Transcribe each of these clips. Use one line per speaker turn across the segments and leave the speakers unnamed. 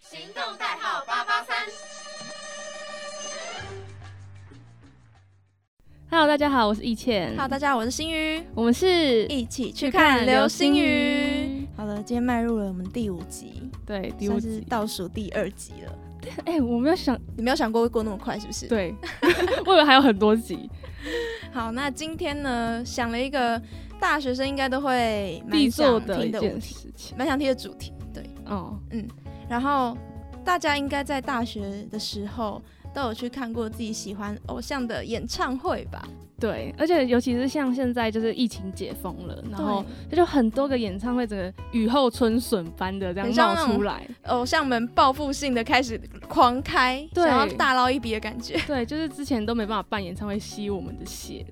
行动代号八八三。
Hello，大家好，我是易倩。
Hello，大家好，我是星宇，
我们是
一起去
看
看
流
流
星
星
雨
雨。好了，今天迈入了我们第五集，
对第五
算是
集。
倒数第二集了。
哎、我没有想，
你没有想过会过那么快，是不是？。
对，我以为还有很多集，
好，那今天呢，想了一个大学生应该都会蛮
必做
想
的
听
一
的
件
主题，
事情。
蛮想听的主题。对，
哦，
然后大家应该在大学的时候都有去看过自己喜欢偶像的演唱会吧？
对，而且尤其是像现在就是疫情解封了，然后
对
这就很多个演唱会，整个雨后春笋般的这样
很像
冒
那
出
种
来。
偶像们报复性的开始狂开，
对
想要大捞一笔的感觉。
对，就是之前都没办法办演唱会吸我们的血，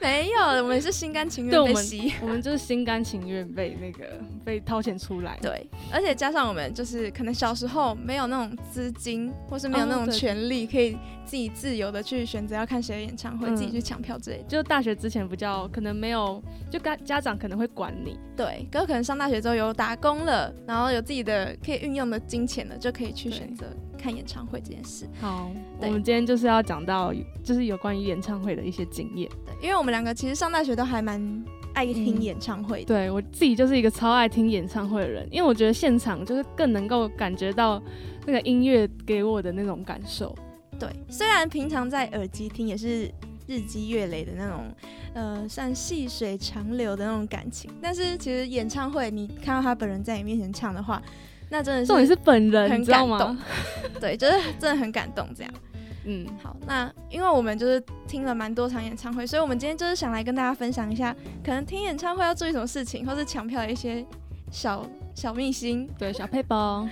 没有，我们是心甘情
对
愿
我
被
们
吸。
我们就是心甘情愿被那个被掏钱出来。
对，而且加上我们就是可能小时候没有那种资金，或是没有
哦
那种
对
权利，可以自己自由的去选择要看谁的演唱会，
嗯
自己去抢票之类的。
就大学之前比较可能没有，就家家长可能会管你，
对，可是可能上大学之后有打工了，然后有自己的可以运用的金钱了，就可以去
对
选择看演唱会这件事。
好，我
对
们今天就是要讲到，就是有关于演唱会的一些经验。
对，因为我们两个其实上大学都还蛮爱听
嗯
演唱会的。
对我自己就是一个超爱听演唱会的人，因为我觉得现场就是更能够感觉到那个音乐给我的那种感受。
对，虽然平常在耳机听也是日积月累的那种，呃，算细水长流的那种感情，但是其实演唱会你看到他本人在你面前唱的话，那真的是
重点是本人，
很
你知道
感动
吗？
对，就是真的很感动这样。
嗯，
好，那因为我们就是听了蛮多场演唱会，所以我们今天就是想来跟大家分享一下，可能听演唱会要注意什么事情，或是抢票的一些小小秘辛。
对，小佩宝，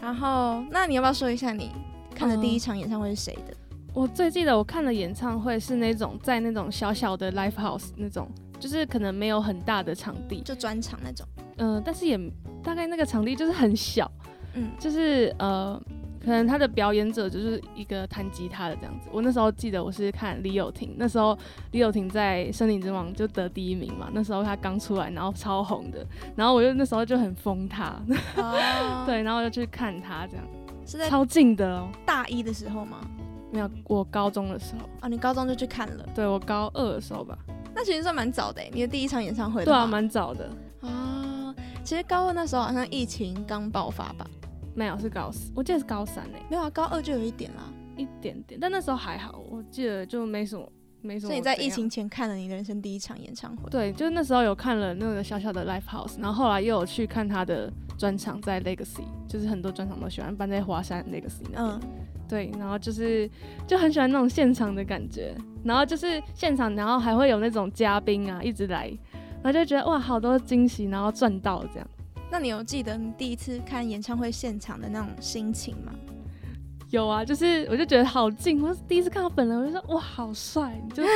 然后，那你要不要说一下你看
嗯
的第一场演唱会是谁的？
我最记得我看的演唱会是那种在那种小小的 live house 那种，就是可能没有很大的场地，
就专场那种。
嗯、但是也大概那个场地就是很小，
嗯，
就是呃，可能他的表演者就是一个弹吉他的这样子。我那时候记得我是看李友廷，那时候李友廷在《森林之王》就得第一名嘛，那时候他刚出来，然后超红的，然后我就那时候就很疯 他，
哦
对，然后我就去看他这样，
是在
超近的哦。
大一的时候吗？
没有，我高中的时候，
哦，你高中就去看了，
对我高二的时候吧，
那其实算蛮早的欸，你的第一场演唱会的
对
话。
啊，蛮早的，
啊。其实高二那时候好像疫情刚爆发吧？
没有是高四，我记得是高三诶、
没有啊，高二就有一点啦。
一点点，但那时候还好，我记得就没什么，没什么怎样。
所以你在疫情前看了你人生第一场演唱会。
对，就是那时候有看了那个小小的 live house，然后后来又有去看他的专场在 Legacy，就是很多专场都喜欢办在华山 Legacy 那边。
嗯，
对，然后就是就很喜欢那种现场的感觉，然后就是现场，然后还会有那种嘉宾啊一直来，然后就觉得哇好多惊喜，然后赚到这样。
那你有记得你第一次看演唱会现场的那种心情吗？
有啊，就是我就觉得好近，我是第一次看到本人，我就说哇好帅，就比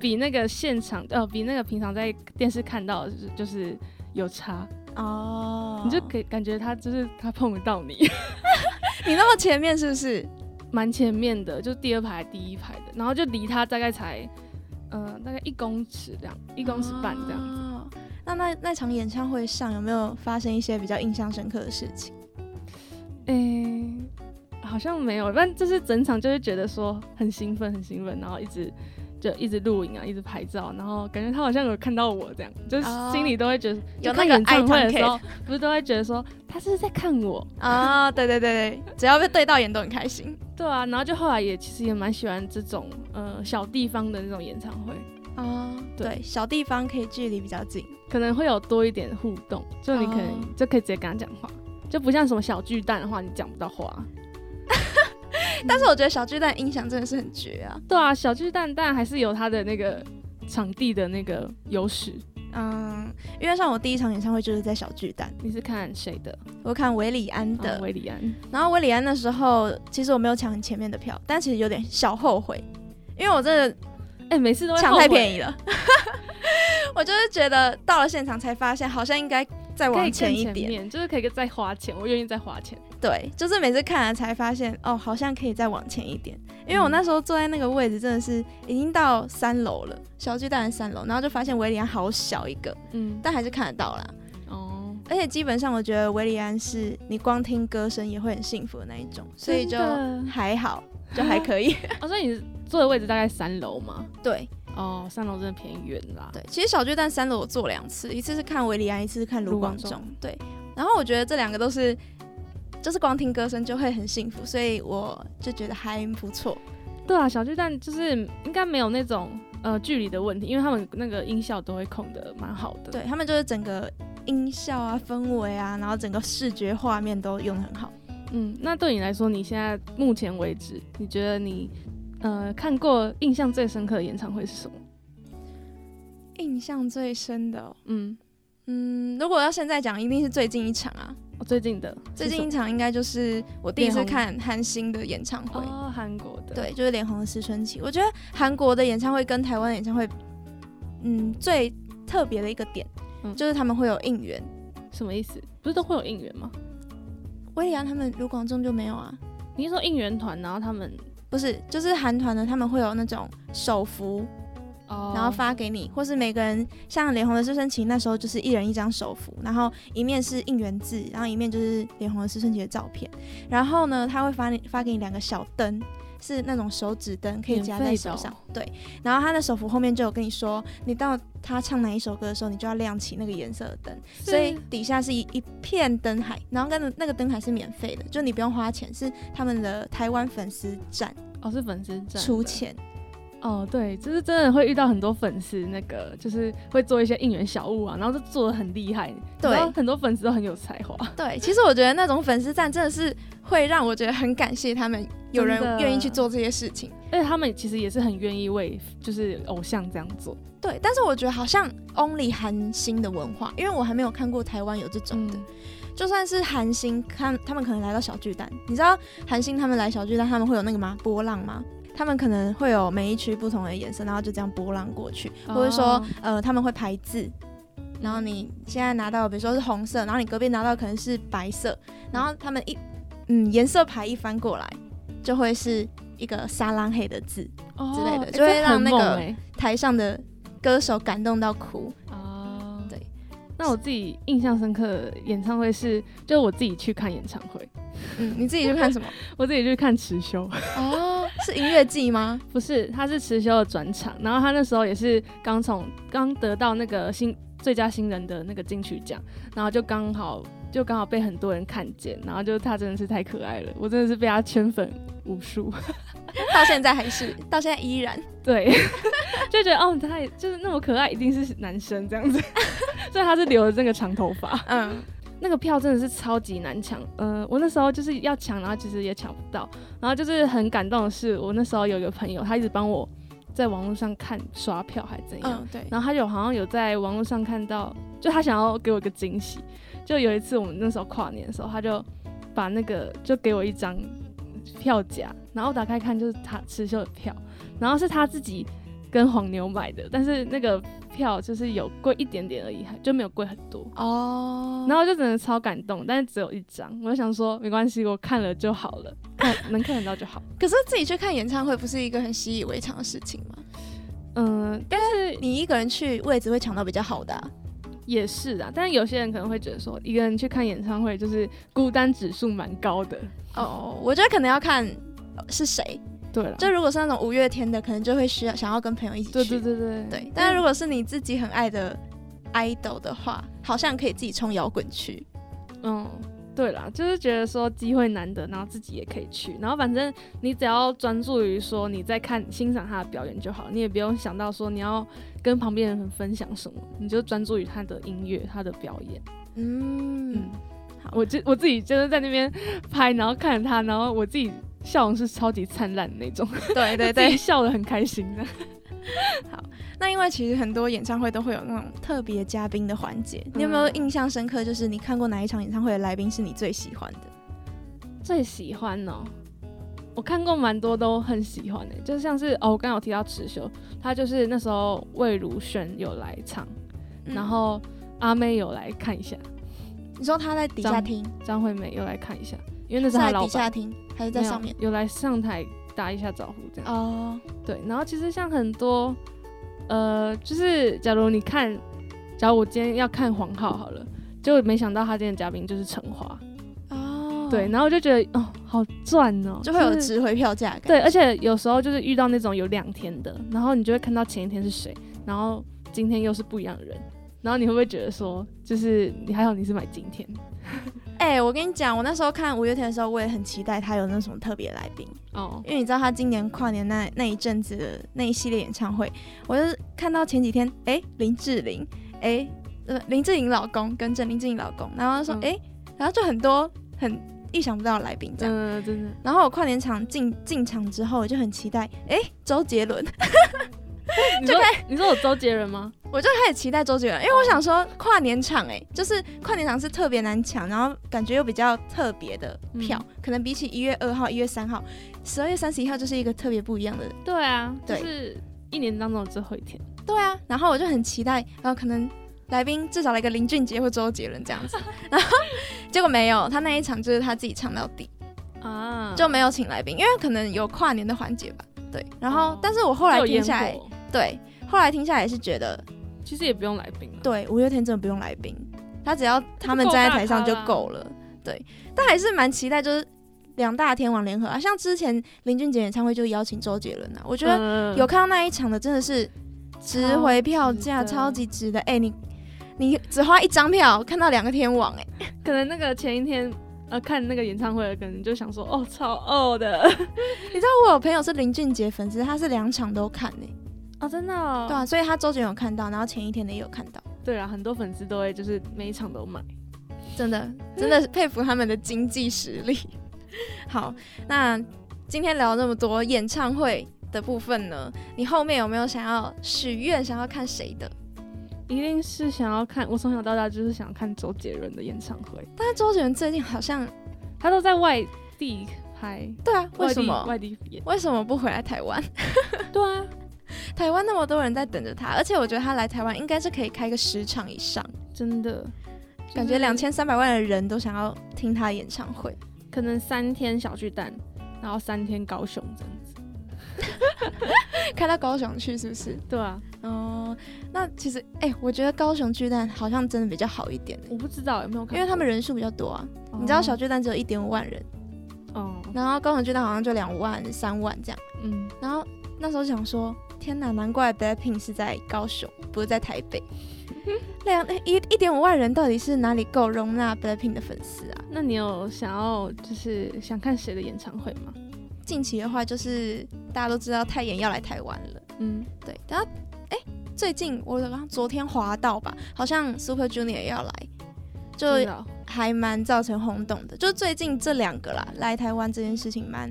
比那个现场呃比那个平常在电视看到的就是就是有差，
哦
你就可以感觉他就是他碰得到你。
你那么前面是不是？
蛮前面的，就第二排、第一排的，然后就离他大概才，呃，大概一公尺这样，一
一
公尺半这样。
样子。哦那那那场演唱会上有没有发生一些比较印象深刻的事情？
诶、好像没有，但就是整场就是觉得说很兴奋，很兴奋，然后一直就一直录影啊，一直拍照，然后感觉他好像有看到我这样，就是
哦
心里都会觉得，就
有那
看
个
演
爱
唱会
团
的时
K
候，不是都会觉得说他是不是在看我？
啊、对对对对，只要被对到眼都很开心。
对啊，然后就后来也其实也蛮喜欢这种呃小地方的那种演唱会。
啊、
对
对，嗯小地方可以距离比较近。
可能会有多一点互动，就你可
哦
能就可以直接跟他讲话，就不像什么小巨蛋的话，你讲不到话。
但是我觉得小巨蛋音响真的是很绝啊。
对啊，小巨蛋但还是有它的那个场地的那个优势。
嗯，因为像我第一场演唱会就是在小巨蛋，
你是看谁的？
我看韦礼哦安的
啊，维里安。
然后韦礼安那时候其实我没有抢很前面的票，但其实有点小后悔，因为我真的
哎、每次都会
抢太便
宜，
宜了。 我就是觉得到了现场才发现，好像应该再
可以
往
更前
前一点。
面，就是可以再花钱，我愿意再花钱。
对，就是每次看了才发现，哦，好像可以再往前一点。因为我那时候坐在那个位置，真的是已经到三楼了，小巨蛋的三楼，然后就发现韦礼安好小一个，
嗯，
但还是看得到啦。
哦，
而而且基本上我觉得维里安是你光听歌声也会很幸福的那一种，所以就
真的
还好，就还可 以。
哦，所以你坐的位置大概三楼嘛？
对
哦，三楼真的偏远啦。
对，其实小巨蛋三楼我做两次，一次是看维里安，一次是看卢
卢
广
广
仲
仲。
对，然后我觉得这两个都是。就是光听歌声就会很幸福，所以我就觉得还不错。
对啊，小巨蛋就是应该没有那种呃距离的问题，因为他们那个音效都会控的蛮好的。
对他们就是整个音效啊、氛围啊，然后整个视觉画面都用的很好。
嗯，那对你来说，你现在目前为止，你觉得你呃看过印象最深刻的演唱会是什么？
印象最深的、哦，
嗯，
嗯，如果要现在讲，一定是最近一场啊。
我哦最近的
最
是
近
什
一场应该就是我第一次
脸红
看韩星的演唱会
么，哦，韩国的
对，就是脸红的思春期。我觉得韩国的演唱会跟台湾的演唱会，嗯，最特别的一个点、
嗯
就是他们会有应援。
什么意思？不是都会有应援吗？
威利安他们卢广仲就没有啊，
你是说应援团，然后他们
不是，就是韩团呢，他们会有那种手幅，
哦，
然后发给你，或是每个人像脸红的师生旗那时候就是一人一张手幅，然后一面是应援字，然后一面就是脸红的师生旗的照片。然后呢，他会发你发给你两个小灯，是那种手指灯，可以
免
夹在
费
手
的哦
上。对，然后他的手幅后面就有跟你说，你到他唱哪一首歌的时候，你就要亮起那个颜色的灯。
是
所以底下是一一片灯海，然后跟那个灯海是免费的，就你不用花钱，是他们的台湾粉丝站
哦是粉丝站
出
的
钱。
哦，对，就是真的会遇到很多粉丝，那个就是会做一些应援小物啊，然后就做的很厉害，你知道
对
很多粉丝都很有才华。
对，其实我觉得那种粉丝站真的是会让我觉得很感谢他们，有人
真的
愿意去做这些事情。
而且他们其实也是很愿意为就是偶像这样做，
对，但是我觉得好像 only 韩星的文化，因为我还没有看过台湾有这种的。
嗯
就算是韩星，看他们可能来到小巨蛋，你知道韩星他们来小巨蛋，他们会有那个吗？波浪吗？他们可能会有每一区不同的颜色，然后就这样波浪过去，或者说
哦
呃他们会排字，然后你现在拿到，比如说是红色，然后你隔壁拿到可能是白色，然后他们一嗯颜色牌一翻过来，就会是一个沙拉黑的字，
哦
之类的
诶
就会
这
让
很
那个
猛哎诶
台上的歌手感动到哭。
哦，
对。
那我自己印象深刻的演唱会是，就我自己去看演唱会，
嗯，你自己去看什么？
我自己去看池修，
哦，是音乐季吗？
不是，他是池修的转场，然后他那时候也是刚从刚得到那个新最佳新人的那个金曲奖，然后就刚好就刚好被很多人看见，然后就他真的是太可爱了，我真的是被他圈粉无数。
到现在还是，到现在依 然。
对， 就觉得哦，他也就是那么可爱，一定是男生这样子， 所以他是留了这个长头发。
嗯，
那个票真的是超级难抢，嗯，我那时候就是要抢，然后其实也抢不到，然后就是很感动的是，我那时候有一个朋友，他一直帮我在网络上看刷票还是怎样，
嗯，对。
然后他有好像有在网络上看到，就他想要给我一个惊喜。就有一次我们那时候跨年的时候，他就把那个就给我一张票夹，然后打开看就是他池秀的票，然后是他自己跟黄牛买的，但是那个票就是有贵一点点而已，就没有贵很多。
哦
然后我就真的超感动，但是只有一张，我就想说没关系，我看了就好了，看能看得到就好。
可是自己去看演唱会不是一个很习以为常的事情吗？
嗯，但是
你一个人去位置会抢到比较好的啊、
也是啊，但是有些人可能会觉得说，一个人去看演唱会就是孤单指数蛮高的。
哦，我觉得可能要看呃是谁。
对了，
就如果是那种五月天的，可能就会需要想要跟朋友一起去。
对对对对
对但是如果是你自己很爱的 idol 的话，好像可以自己冲摇滚区。
嗯，对啦，就是觉得说机会难得，然后自己也可以去，然后反正你只要专注于说你在看欣赏他的表演就好，你也不用想到说你要跟旁边人分享什么，你就专注于他的音乐、他的表演。
嗯
嗯，我就我自己就是在那边拍，然后看着他，然后我自己笑容是超级灿烂的那种，
对 对
自己
对。
笑得很开心的。
那因为其实很多演唱会都会有那种特别嘉宾的环节，你有没有印象深刻？就是你看过哪一场演唱会的来宾是你最喜欢的？
最喜欢哦，我看过蛮多都很喜欢的、就像是哦，我刚刚有提到池修，他就是那时候魏如萱有来唱，
嗯
然后阿妹有来看一下，
你说他在底下
张
听，
张惠妹有来看一下，因为那
是
是她
在
老
底
板
下听还是在
没有
上面？
有来上台打一下招呼这样。
哦，
对，然后其实像很多，呃，就是假如你看，假如我今天要看黄浩好了，就没想到他今天的嘉宾就是陈华，
哦，
对，，然后我就觉得哦，好赚哦，
就会有
是
值回票价的感觉。
对，而且有时候就是遇到那种有两天的，然后你就会看到前一天是谁，然后今天又是不一样的人，然后你会不会觉得说，就是你还好你是买今天
哎、我跟你讲，我那时候看五月天的时候，我也很期待他有那什么特别来宾，
哦，
因为你知道他今年跨年那那一阵子的那一系列演唱会，我就是看到前几天，哎、林志玲，哎、呃林志玲老公跟郑林志颖老公，然后他说，
嗯
哎、然后就很多很意想不到的来宾这样。
嗯、 真的，
然后我跨年场进进场之后，我就很期待，哎、周杰伦，
你说你说我周杰伦吗？
我就开始期待周杰伦，因为我想说跨年场、哎，就是跨年场是特别难抢，然后感觉又比较特别的票，
嗯
可能比起一月二号、一月三号、十二月三十一号就是一个特别不一样的。
对啊，就
对
是一年当中的最后一天，
对啊，然后我就很期待，然后可能来宾至少来个林俊杰或周杰伦这样 子，然后结果没有，他那一场就是他自己唱到底，
啊，
就没有请来宾，因为可能有跨年的环节吧。对，然后、
哦
但是我后来
有
听
烟
下来，
火，
对，后来听下来是觉得
其实也不用来宾了，
对，五月天真的不用来宾，他只要他们站在台上就够了。对，但还是蛮期待，就是两大天王联合啊，像之前林俊杰演唱会就邀请周杰伦啊，我觉得
得
有看到那一场的真的是值回票价，
超
超
值
级值的。哎、你你只花一张票看到两个天王、哎，
可能那个前一天。呃，看那个演唱会的，可能就想说，哦，超哦的，
你知道我有朋友是林俊杰粉丝，他是两场都看呢、
哦，真的、哦，
对啊，所以他周杰伦有看到，然后前一天的也有看到，
对啊，很多粉丝都会就是每一场都买。
真 的真的是佩服他们的经济实力。 好，那今天聊了那么多演唱会的部分呢，你后面有没有想要许愿，想要看谁的？
一定是想要看，我从小到大就是想看周杰伦的演唱会，
但是周杰伦最近好像，
他都在外地拍，
对啊，为
外
什
地
么？
外地演？
为什么不回来台湾？
对啊，
台湾那么多人在等着他，而且我觉得他来台湾应该是可以开个十场以上，
真的，就是
感觉两千三百万的人都想要听他演唱会。
可能三天小巨蛋，然后三天高雄这样子。
开到高雄去是不是？
对啊，
哦，那其实哎、我觉得高雄巨蛋好像真的比较好一点、欸
我不知道有没有看过，
因为他们人数比较多啊。
哦
你知道小巨蛋只有一点五万人，
哦，
然后高雄巨蛋好像就两万、三万这样。
嗯，
然后那时候想说，天哪，难怪 Blackpink 是在高雄，不是在台 北。两一一点五万人到底是哪里够容纳 Blackpink 的粉丝啊？
那你有想要就是想看谁的演唱会吗？
近期的话，就是大家都知道泰妍要来台湾了，
嗯，
对。然后哎，最近我刚昨天滑到吧，好像 Super Junior 也要来，就
真的哦
还蛮造成轰动的。就最近这两个啦，来台湾这件事情蛮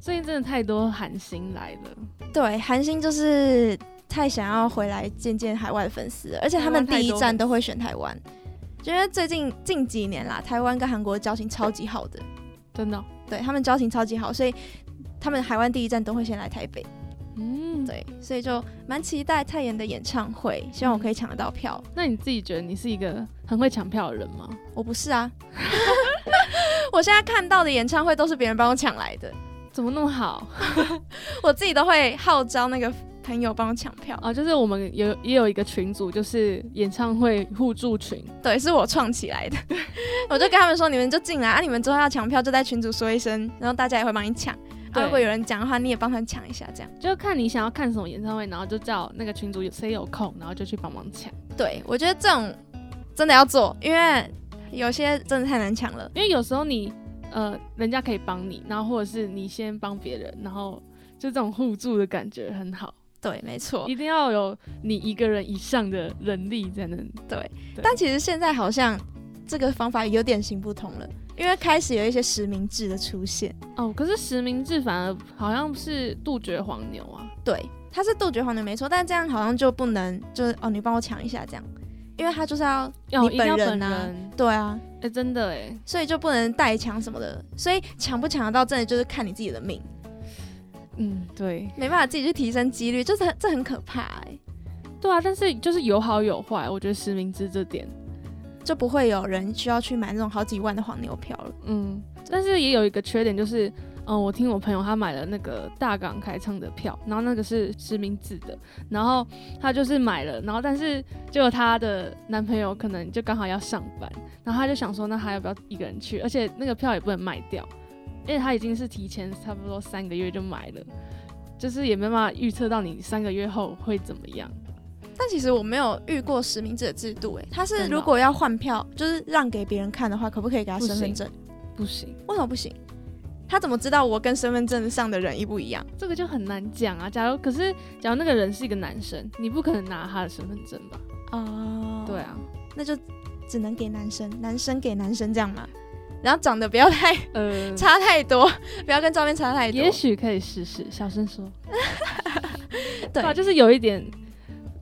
最近真的太多韩星来了，
对，韩星就是太想要回来见见海外的粉丝了，而且他们
台湾太
第一
多
站
粉
都会选台湾，因为最近近几年啦，台湾跟韩国交情超级好的，
真的哦，
对他们交情超级好，所以他们海湾第一站都会先来台北，
嗯，。
对，所以就蛮期待泰妍的演唱会，希望我可以抢得到票。
那你自己觉得你是一个很会抢票的人吗？
我不是啊， 我现在看到的演唱会都是别人帮我抢来的，
怎么那么好？
我自己都会号召那个朋友帮我抢票，
哦，就是我们有也有一个群组，就是演唱会互助群，
对，是我创起来的。 我就跟他们说，你们就进来啊，你们之后要抢票就在群主说一声，然后大家也会帮你抢。啊，
对
如果有人讲的话，你也帮他抢一下，这样。
就看你想要看什么演唱会，然后就叫那个群组有谁有空，然后就去帮忙抢。
对，我觉得这种真的要做，因为有些真的太难抢了。
因为有时候你呃，人家可以帮你，然后或者是你先帮别人，然后就这种互助的感觉很好。
对，没错。
一定要有你一个人以上的能力才能。
但其实现在好像这个方法有点行不通了，因为开始有一些实名制的出现。
哦，可是实名制反而好像是杜绝黄牛啊。
对，他是杜绝黄牛没错，但这样好像就不能，就是哦，你帮我抢一下这样，因为他就是要
要
你
一定要
本
本
人啊
人，
对啊，
哎、真的哎，
所以就不能代抢什么的，所以抢不抢得到，真的就是看你自己的命，
嗯，对，
没办法自己去提升几率，这很这很可怕哎、
对啊，但是就是有好有坏，我觉得实名制这点，
就不会有人需要去买那种好几万的黄牛票了。
嗯，但是也有一个缺点，就是，嗯、我听我朋友他买了那个大港开唱的票，然后那个是实名制的，然后他就是买了，然后但是就他的男朋友可能就刚好要上班，然后他就想说，那他要不要一个人去？而且那个票也不能卖掉，因为他已经是提前差不多三个月就买了，就是也没办法预测到你三个月后会怎么样。
但其实我没有遇过实名制的制度、欸，哎，他是
真的哦
如果要换票，就是让给别人看的话，可不可以给他
不
身份
行
证？
不行，
为什么不行？他怎么知道我跟身份证上的人一不一样？
这个就很难讲啊。假如可是，假如那个人是一个男生，你不可能拿他的身份证吧？
哦
对，啊，
那就只能给男生，男生给男生这样嘛。嗯然后长得不要太
呃，
差太多，不要跟照片差太多。
也许可以试试。小声 说，
对
啊，就是有一点，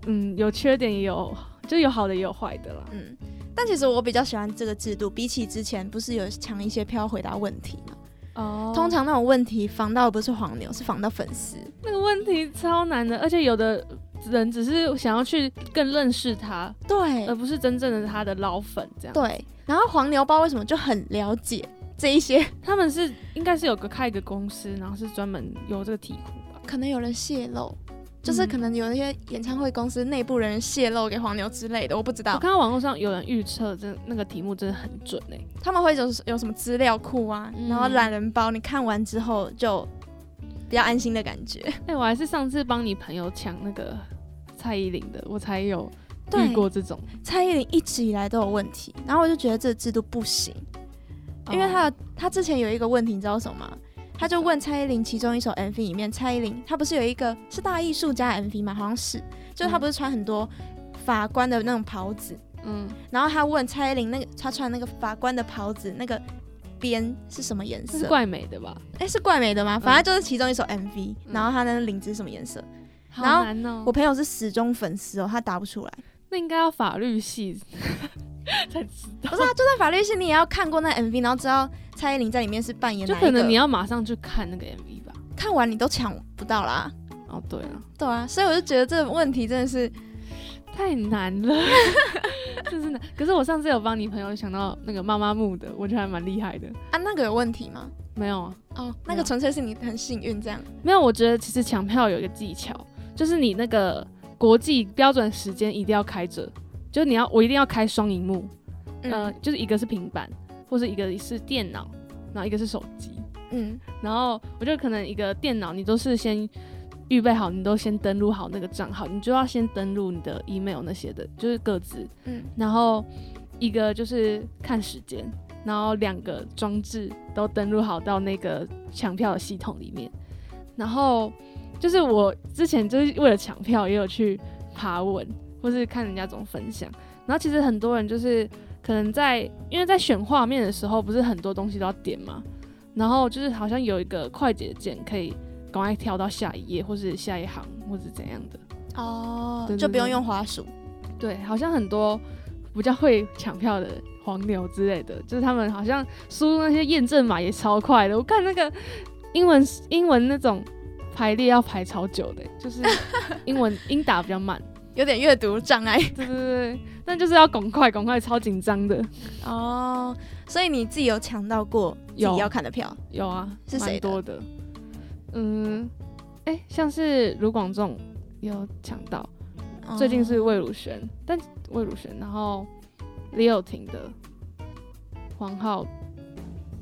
嗯，有缺点也有，就有好的也有坏的啦。
嗯，但其实我比较喜欢这个制度，比起之前不是有抢一些票回答问题嘛？
哦
通常那种问题防到的不是黄牛，是防到粉丝。
那个问题超难的，而且有的人只是想要去更认识他，
对
而不是真正的他的老粉这样。，
对，然后黄牛包为什么就很了解这一些？
他们是应该是有个开一个公司，然后是专门有这个题库嗯吧。
可能有人泄露，就是可能有一些演唱会公司内部人泄露给黄牛之类的，我不知
我
道。
看到网络上有人预测，真那个题目真的很准哎、
他们会有有什么资料库啊，
嗯
然后懒人包，你看完之后就比较安心的感觉。
哎、我还是上次帮你朋友抢那个蔡依林的，我才有
对
遇过这种，
蔡依林一直以来都有问题，然后我就觉得这个制度不行，因为他
哦
的他之前有一个问题，你知道什么吗？他就问蔡依林其中一首 MV 里面，蔡依林她不是有一个是大艺术家的 MV 吗？好像是，就是她
嗯
不是穿很多法官的那种袍子，
嗯
然后他问蔡依林那个她穿那个法官的袍子那个边是什么颜
这是
色？
怪美的吧？
哎，是怪美的吗？反正就是其中一首 MV，、
嗯
然后他那个领子是什么颜色？
好
然后
难哦、
我朋友是死忠粉丝哦，他答不出 来。
那应该要法律系才知道
不，是啊，就算法律系你也要看过那 MV，然后知道蔡依林在里面是扮演
就
哪一个。
可能你要马上去看那个 MV 吧。
看完你都抢不到啦。
哦，对了。
对啊，所以我就觉得这个问题真的是
太难了， 真是难。可是我上次有帮你朋友想到那个妈妈木的，我觉得还蛮厉害的。
啊，那个有问题吗？
没有啊，
哦，那个纯粹是你很幸运这样。
没有。我觉得其实抢票有一个技巧，就是你那个国际标准时间一定要开着，就是你要我一定要开双荧幕，
嗯、
呃，就是一个是平板，或是一个是电脑，然后一个是手机。
嗯，
然后我就可能一个电脑，你都是先预备好，你都先登录好那个账号，你就要先登录你的 email 那些的，就是各自。
嗯，
然后一个就是看时间，然后两个装置都登录好到那个抢票的系统里面。然后就是我之前就是为了抢票也有去爬文，或是看人家怎么分享。然后其实很多人就是可能在因为在选画面的时候，不是很多东西都要点嘛，然后就是好像有一个快捷键可以赶快跳到下一页，或是下一行，或是怎样的。
哦，
对对
就不用
对
用滑鼠。
对，好像很多比较会抢票的黄牛之类的，就是他们好像输入那些验证码也超快的。我看那个英文英文那种排列要排超久的，就是英 文英打比较慢。
有点阅读障碍
对对对，但就是要赶快赶快，超紧张的。
哦，所以你自己有抢到过自己
有
要看的票，
有啊，
是
蛮
谁的
多的？嗯，哎、像是卢广仲有抢到，
哦
最近是魏如萱，但魏如萱，然后李友廷的黄浩，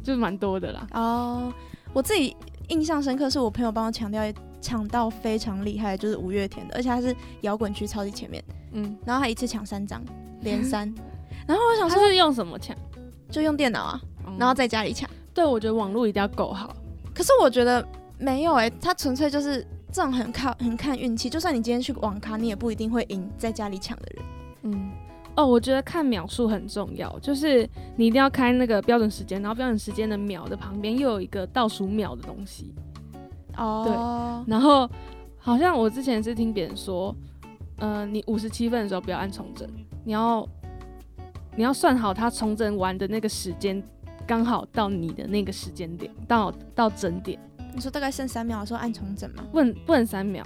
就是蛮多的啦。
哦，我自己印象深刻是我朋友帮我抢掉抢到非常厉害，就是五月天的，而且他是摇滚区超级前面，
嗯，
然后他一次抢三张，连三，然后我想
他
说
是用什么抢？
就用电脑啊，
嗯
然后在家里抢，
对我觉得网络一定要够好，
可是我觉得没有哎、他纯粹就是这种很靠很看运气，就算你今天去网咖，你也不一定会赢在家里抢的人。
嗯，哦，我觉得看秒数很重要，就是你一定要开那个标准时间，然后标准时间的秒的旁边又有一个倒数秒的东西，
哦，
然后好像我之前是听别人说，呃，你五十七分的时候不要按重整，你要你要算好它重整完的那个时间，刚好到你的那个时间点，到到整点，
你说大概剩三秒的时候按重整吗？
不能不能三秒，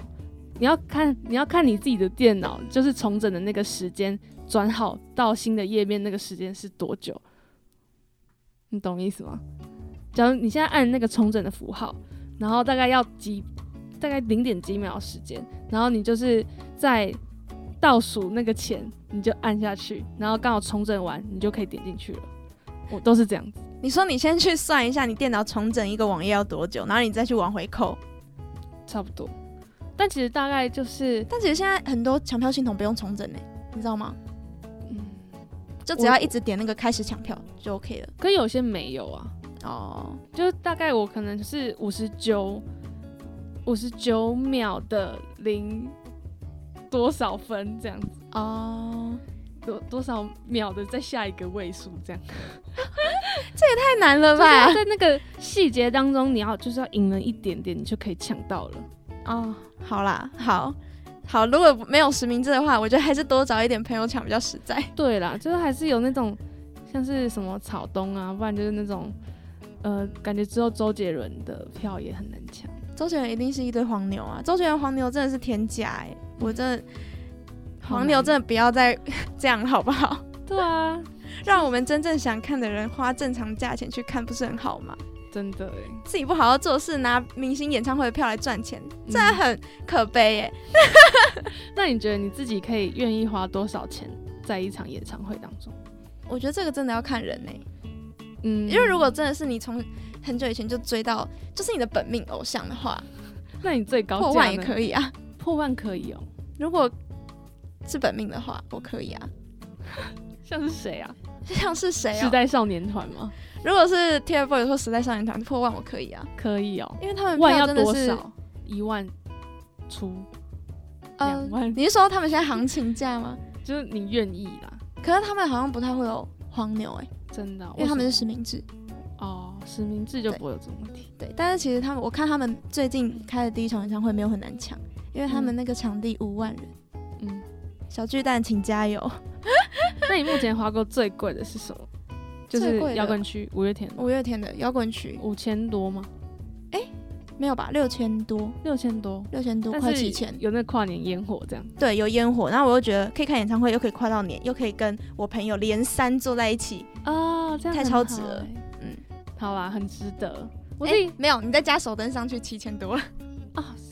你要看你要看你自己的电脑，就是重整的那个时间转好到新的页面那个时间是多久，你懂意思吗？假如你现在按那个重整的符号，然后大概要几大概零点几秒的时间，然后你就是在倒数那个前，你就按下去，然后刚好重整完，你就可以点进去了。我都是这样子，
你说你先去算一下你电脑重整一个网页要多久，然后你再去往回扣。
差不多。但其实大概就是，
但其实现在很多抢票系统不用重整呢、你知道吗？
嗯，
就只要一直点那个开始抢票就 OK 了。
可有些没有啊，
哦，
就是大概我可能是五十九五十九秒的零多少分这样子，
哦，
多多少秒的再下一个位数这样。
太难
就
了
是
吧
要？在那个细节当中，你要就是要赢了一点点，你就可以抢到了。
哦，好啦，好。好，如果没有实名制的话，我觉得还是多找一点朋友抢比较实在。
对啦，就是还是有那种像是什么草东啊，不然就是那种呃，感觉之后周杰伦的票也很难抢。
周杰伦一定是一堆黄牛啊！周杰伦黄牛真的是天价哎、我真的
好
黄
难
牛真的不要再 这样了好不好？
对啊，
让我们真正想看的人花正常价钱去看，不是很好吗？
真的哎，
自己不好好做事，拿明星演唱会的票来赚钱，真的很可悲耶、
嗯那你觉得你自己可以愿意花多少钱在一场演唱会当中？
我觉得这个真的要看人哎、
嗯
因为如果真的是你从很久以前就追到，就是你的本命偶像的话，
那你最高
破万
以，
也可以啊。
破万可以哦。
如果是本命的话，我可以啊。
像是谁啊？
像是谁
时
啊、
代少年团吗？
如果是 TFBOYS 或时代少年团破万，我可以啊，
可以哦，
因为他们
万
票
要
真的
多
是，
少？一万出，
呃
两万，
你是说他们现在行情价吗？
就是你愿意啦，
可是他们好像不太会有黄牛哎、
真的哦、
因为他们是
什
实名制。
么哦实名制就
对
不会有这种问题。
对，但是其实他们，我看他们最近开的第一场演唱会没有很难抢，因为他们那个场地五万人，
嗯，
小巨蛋请加油！
那你目前花过最贵的是什么？就
最
是
贵的
摇滚区五月天
五月天的摇滚曲
五千多吗？
没有吧？六千多，
六千多，
六千多
但
快
是
七千，
有那跨年烟火这样。
对，有烟火，然后我又觉得可以看演唱会，又可以跨到年，又可以跟我朋友连三坐在一起。
哦，这样
太
很
超值
好
了
欸
嗯，
好啊，很值得。我
哎
自己啊、
没有，你再加手灯上去七千多了，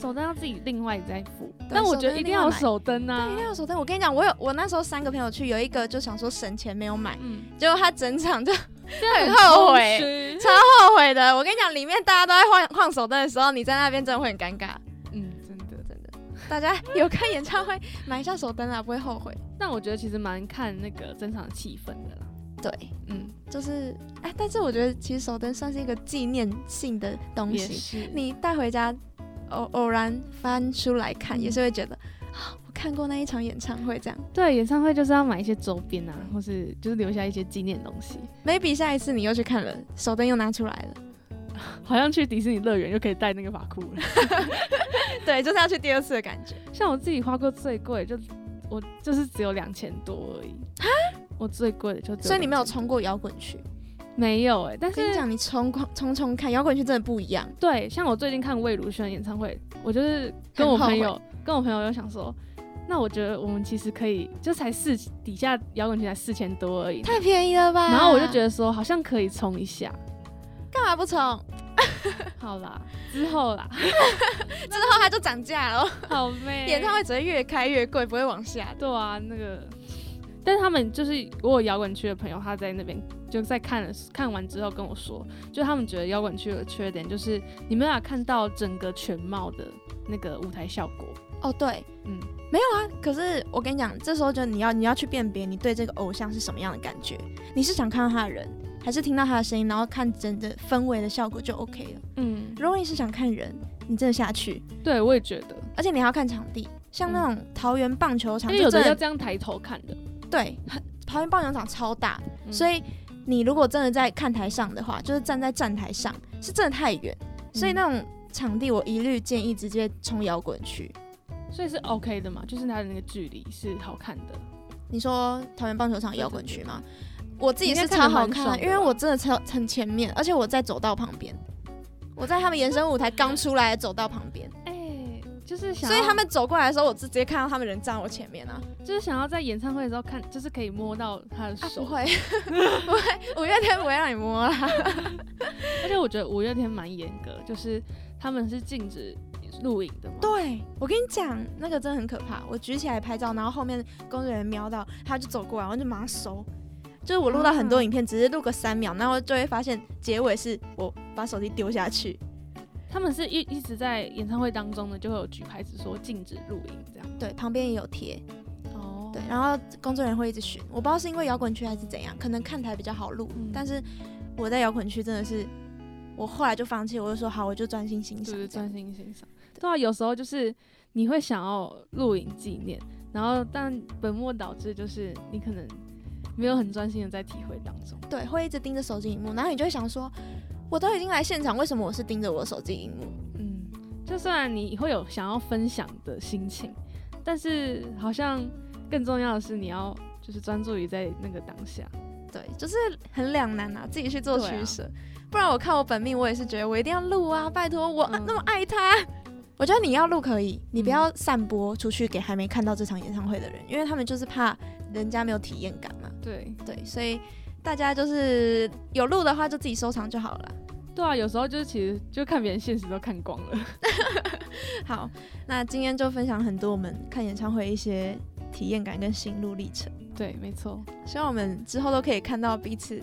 手灯要自己另外再付，但我
手
觉
灯
得一
另
定
外
要有
买
手灯啊
一。定要手灯。我跟你讲，我有我那时候三个朋友去，有一个就想说省钱没有买，
嗯，
结果他整场就
这样
很后
空
悔
虚。
后悔的。我跟你讲，里面大家都在晃晃手灯的时候，你在那边真的会很尴尬。
嗯，真的。
真的，大家有看演唱会买一下手灯啊，不会后悔。
但我觉得其实蛮看那个整场气氛的啦。
对，
嗯，
就是哎，但是我觉得其实手灯算是一个纪念性的东
也
西，
是。
你带回家偶偶然翻出来看，
嗯
也是会觉得啊，我看过那一场演唱会这样。
对演唱会就是要买一些周边啊，或是就是留下一些纪念东西。
maybe 下一次你又去看了，手灯又拿出来了，
好像去迪士尼乐园就可以带那个发箍了。
对，就是要去第二次的感觉。
像我自己花过最贵，就我就是只有两千多而已。我最贵的就只
所以你没有
2000
冲过摇滚区，
没有哎、但
我跟你
是
讲，你冲过冲冲看摇滚区真的不一样。
对，像我最近看魏如萱的演唱会，我就是跟我
很后
朋
悔
友跟我朋友又想说，那我觉得我们其实可以，就才四底下摇滚群才四千多而已。
太便宜了吧？
然后我就觉得说，好像可以冲一 下，
干嘛不冲？
好啦，之后 啦，
之后它就涨价了。
好妹，
演唱会只会越开越贵，不会往下的。
对啊，那个，但是他们就是我有摇滚区的朋友，他在那边就在看了看完之后跟我说，就他们觉得摇滚区的缺点就是你没有办法看到整个全貌的那个舞台效果。
哦，对，
嗯，
没有啊。可是我跟你讲，这时候就你要你要去辨别你对这个偶像是什么样的感觉，你是想看到他的人，还是听到他的声音，然后看整个氛围的效果就 OK 了。
嗯，
如果你是想看人，你真的下去，
对，我也觉得，
而且你还要看场地，像那种桃园棒球场，
因哎为有
就
的
真
要
的
这样抬头看的，
对，很桃园棒球场超大，
嗯
所以你如果真的在看台上的话，就是站在站台上，是真的太远，所
嗯
以那种场地我一律建议直接冲摇滚区。
所以是 OK 的嘛，就是它的那个距离是好看的。
你说桃园棒球场摇滚区吗？我自己是
应该
超
看得
好
蛮
看
爽
的，
的
因为
吧
我真的超很前面，而且我在走道旁边，我在他们延伸舞台刚出来的走道旁边，
哎、就是想
所
要，
以他们走过来的时候，我直接看到他们人站我前面啊！
就是想要在演唱会的时候看，就是可以摸到他的
啊，
手。
不会，不会，五月天不会让你摸啦。
而且我觉得五月天蛮严格，就是他们是禁止录影的吗？
对，我跟你讲，那个真的很可怕。我举起来拍照，然后后面工作人员瞄到，他就走过来，然后就马上收。就是我录到很多影片，只是录个三秒，然后就会发现结尾是我把手机丢下去。
他们是一一直在演唱会当中呢，就会有举牌子说禁止录影这样。
对，旁边也有贴。
哦
对，然后工作人员会一直巡。我不知道是因为摇滚区还是怎样，可能看台比较好录。
嗯
但是我在摇滚区真的是，我后来就放弃，我就说好，我就专心欣赏
就是
这样。
专心欣赏。对啊，有时候就是你会想要录影纪念，然后但本末倒置，就是你可能没有很专心的在体会当中。
对，会一直盯着手机荧幕，然后你就会想说，我都已经来现场，为什么我是盯着我手机荧幕？
嗯，就虽然你会有想要分享的心情，但是好像更重要的是你要就是专注于在那个当下。
对，就是很两难啊，自己去做
对啊
取舍。不然我看我本命，我也是觉得我一定要录啊，拜托我、
嗯
那么爱他。我觉得你要录可以，你不
嗯
要散播出去给还没看到这场演唱会的人，因为他们就是怕人家没有体验感嘛。
对，
对，所以大家就是有录的话就自己收藏就好了啦。
对啊，有时候就是其实就看别人现实都看光了。
好，那今天就分享很多我们看演唱会一些体验感跟心路历程，
对，没错。
希望我们之后都可以看到彼此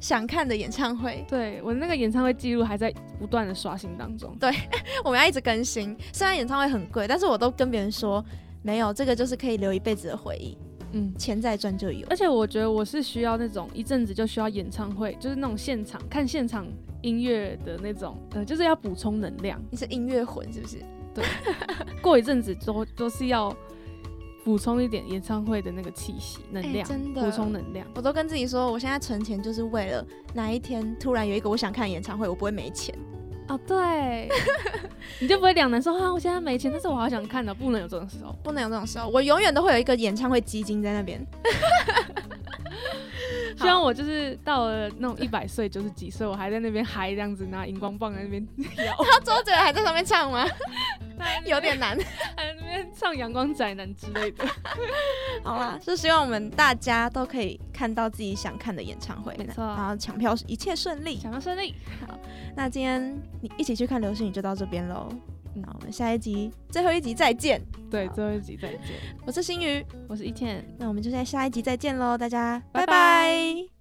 想看的演唱会。
对我那个演唱会记录还在不断的刷新当中。
我们要一直更新，虽然演唱会很贵，但是我都跟别人说，没有这个就是可以留一辈子的回忆，
嗯，
钱再赚就有。
而且我觉得我是需要那种一阵子就需要演唱会，就是那种现场看现场音乐的那种，呃，就是要补充能量。
你是音乐魂是不是？
过一阵子都都是要补充一点演唱会的那个气息能
哎
量，
真的
补充能量。
我都跟自己说，我现在存钱就是为了哪一天突然有一个我想看的演唱会，我不会没钱。
哦，对， 你就不会两难说啊，我现在没钱，但是我好想看的，不能有这种时候。
不能有这种时候，我永远都会有一个演唱会基金在那边。
希望我就是到了那种一百岁、九十几岁，我还在那边嗨这样子，拿荧光棒在那 边摇，
他周杰伦还在上面唱 吗？有点难。
还在那边唱《阳光宅男》之类 的。
好啦，就希望我们大家都可以看到自己想看的演唱会，
没错
然后抢票一切顺利。
想要胜利，
那今天你一起去看流星雨就到这边喽。
嗯
那我们下一集最后一集再见，
对，
好
最后一集再见。
我是星宇，
我是一倩。
那我们就在下一集再见喽，大家
拜
拜
拜
拜